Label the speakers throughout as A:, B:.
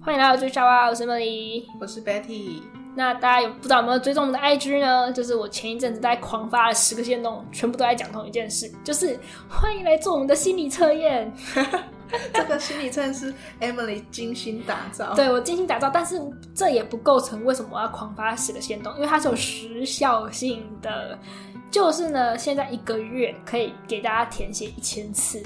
A: 欢迎来到追沙吧，我是茉莉。
B: 我是 Betty，
A: 那大家有不知道有没有追踪我们的 IG 呢？就是我前一阵子在狂发了十个线动，全部都在讲同一件事，就是欢迎来做我们的心理测验。
B: 这个心理测是 Emily 精心打造。
A: 对我精心打造，但是这也不构成为什么我要狂发十个限动，因为它是有时效性的。就是呢，现在一个月可以给大家填写一千次，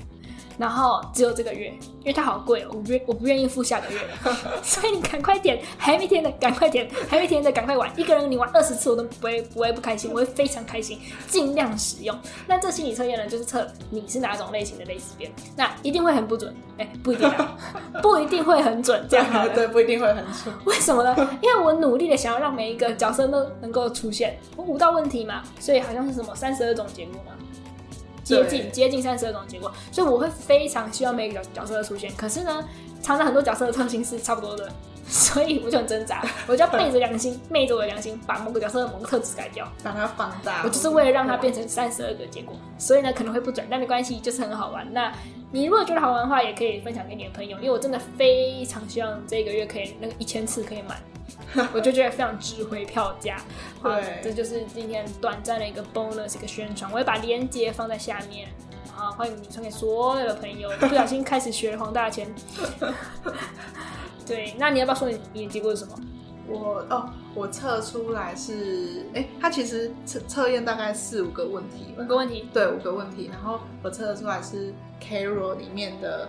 A: 然后只有这个月，因为它好贵哦，我不愿我不愿意付下个月了，所以你赶快点，还没填的赶快点，还没填的赶快玩。一个人你玩二十次我都不会不会不开心，我会非常开心，尽量使用。那这心理测验呢，就是测你是哪种类型的类似边，那一定会很不准，哎、不一定 啊，不一定会很准，这样好了
B: 啊对，不一定会很准。
A: 为什么呢？因为我努力的想要让每一个角色都能够出现，我五道问题嘛，所以好像是什么三十二种结果嘛，接近
B: 对
A: 接近三十二种结果，所以我会非常希望每一个角角色的出现。可是呢，常常很多角色的特性是差不多的，所以我就很挣扎，我就要背着良心，昧着我的良心，把某个角色的某个特质改掉。
B: 把它放大，
A: 我就是为了让它变成三十二个结果，所以呢可能会不准，但没关系，就是很好玩。那你如果觉得好玩的话，也可以分享给你的朋友，因为我真的非常希望这个月可以那个一千次可以 满，我就觉得非常值回票价。好
B: 对
A: 这就是今天短暂的一个 bonus 一个宣传，我会把链接放在下面。啊，欢迎你传给所有的朋友。不小心开始学黄大 千，对，那你要不要说你你的结果是什么？
B: 我哦，我测出来是，哎、它其实测测验大概四五个问题，
A: 五个问题，
B: 对，五个问题，然后我测得出来是 Carol 里面的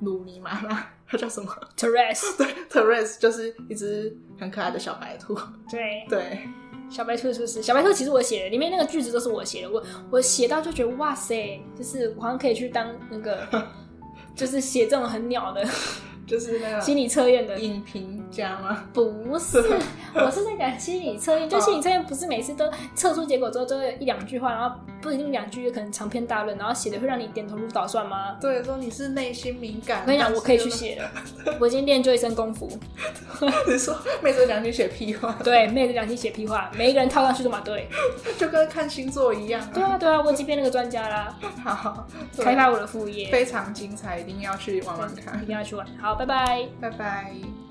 B: 鲁尼妈妈，它叫什么
A: ，Teresa，
B: ？Teresa 就是一只很可爱的小白兔，
A: 对，
B: 对，
A: 小白兔是不是？小白兔其实我写的，里面那个句子都是我写的。我我写到就觉得哇塞，就是我好像可以去当那个， 就是写这种很鸟的
B: 就是那
A: 心
B: 个
A: 理测验的。
B: 影评家吗？
A: 不是，我是在讲心理测验。就
B: 哦
A: 心理测验不是每次都测出结果之后都有一两句话，然后不一定两句，有可能长篇大论，然后写的会让你点头如捣蒜 吗？
B: 对，说你是内心敏感，
A: 我跟你讲，
B: 但是
A: 我可以去
B: 就是
A: 写了，我已经练就一身功夫。
B: 你说每次讲你写屁话，
A: 对，昧着良心写屁话，每一个人套上去都嘛对。
B: 就跟看星座一样、
A: 对
B: 啊。
A: 啊，对啊，我已经变那个专家啦，
B: 好，对
A: 开发我的副业，
B: 非常精彩，一定要去玩玩
A: 一
B: 看。
A: 定要去玩。好，拜拜。
B: 拜拜。